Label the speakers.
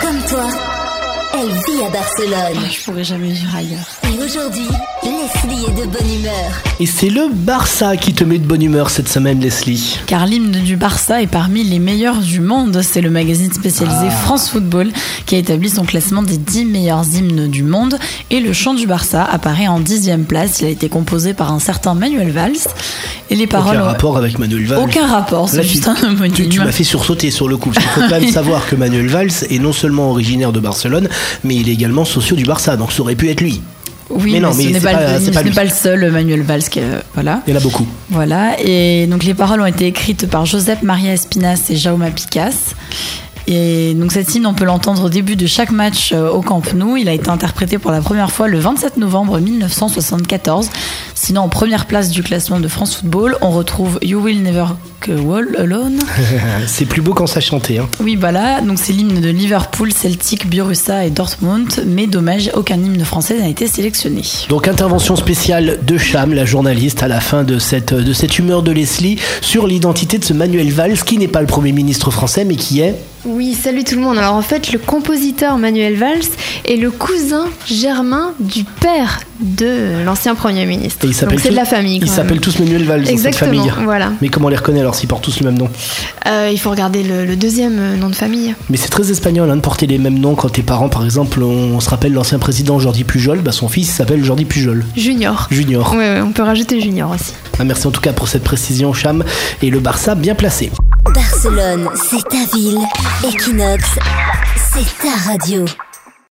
Speaker 1: Comme toi, elle vit à Barcelone.
Speaker 2: Ah, je pourrais jamais vivre ailleurs.
Speaker 1: Et aujourd'hui, Leslie est de bonne humeur.
Speaker 3: Et c'est le Barça qui te met de bonne humeur cette semaine, Leslie.
Speaker 2: Car l'hymne du Barça est parmi les meilleurs du monde. C'est le magazine spécialisé
Speaker 3: Ah.
Speaker 2: France Football qui a établi son classement des 10 meilleurs hymnes du monde. Et le chant du Barça apparaît en 10 place. Il a été composé par un certain Manuel Valls. Et les paroles.
Speaker 3: Aucun
Speaker 2: ont-
Speaker 3: rapport avec Manuel Valls.
Speaker 2: Aucun rapport, c'est
Speaker 3: Là, tu-
Speaker 2: juste un homonyme.
Speaker 3: Tu, tu m'as fait sursauter sur le coup. Parce qu'il faut quand même savoir que Manuel Valls est non seulement originaire de Barcelone, mais il est également socio du Barça. Donc ça aurait pu être lui.
Speaker 2: Oui,
Speaker 3: Mais
Speaker 2: mais,
Speaker 3: non, mais
Speaker 2: ce n'est
Speaker 3: c'est
Speaker 2: pas,
Speaker 3: pas-
Speaker 2: le-
Speaker 3: c'est
Speaker 2: ce
Speaker 3: pas
Speaker 2: n'est
Speaker 3: lui.
Speaker 2: pas le seul Manuel Valls. qui, euh, voilà.
Speaker 3: Il y en a beaucoup.
Speaker 2: Voilà, et donc les paroles ont été écrites par Josep Maria Espinas et Jaume Picas. Et donc cette hymne, on peut l'entendre au début de chaque match euh, au Camp Nou. Il a été interprété pour la première fois le 27 novembre 1974. Sinon, en première place du classement de France Football, on retrouve You Will Never Go Alone.
Speaker 3: C'est plus beau quand ça chantait. hein.
Speaker 2: Oui, voilà, donc c'est l'hymne de Liverpool, Celtic, Birussa et Dortmund. Mais dommage, aucun hymne français n'a été sélectionné.
Speaker 3: Donc intervention spéciale de Cham, la journaliste, à la fin de cette, de cette humeur de Leslie sur l'identité de ce Manuel Valls, qui n'est pas le Premier ministre français, mais qui est...
Speaker 4: Oui, salut tout le monde. Alors en fait, le compositeur Manuel Valls est le cousin germain du père de l'ancien Premier ministre.
Speaker 3: et il s'appelle
Speaker 4: Donc c'est
Speaker 3: tous-
Speaker 4: de la famille. quand
Speaker 3: Ils
Speaker 4: même.
Speaker 3: s'appellent tous Manuel Valls
Speaker 4: Exactement,
Speaker 3: dans cette famille.
Speaker 4: voilà.
Speaker 3: Mais comment on les reconnaît alors s'ils portent tous le même nom
Speaker 4: Euh, il faut regarder le, le deuxième euh, nom de famille.
Speaker 3: Mais c'est très espagnol hein, de porter les mêmes noms quand tes parents, par exemple, on, se rappelle l'ancien président Jordi Pujol, bah son fils s'appelle Jordi Pujol.
Speaker 4: Junior.
Speaker 3: Junior.
Speaker 4: Ouais, ouais, on peut rajouter Junior aussi.
Speaker 3: Ah, merci en tout cas pour cette précision, Cham. Et le Barça bien placé.
Speaker 1: Barcelone, c'est ta ville. Equinox, c'est ta radio.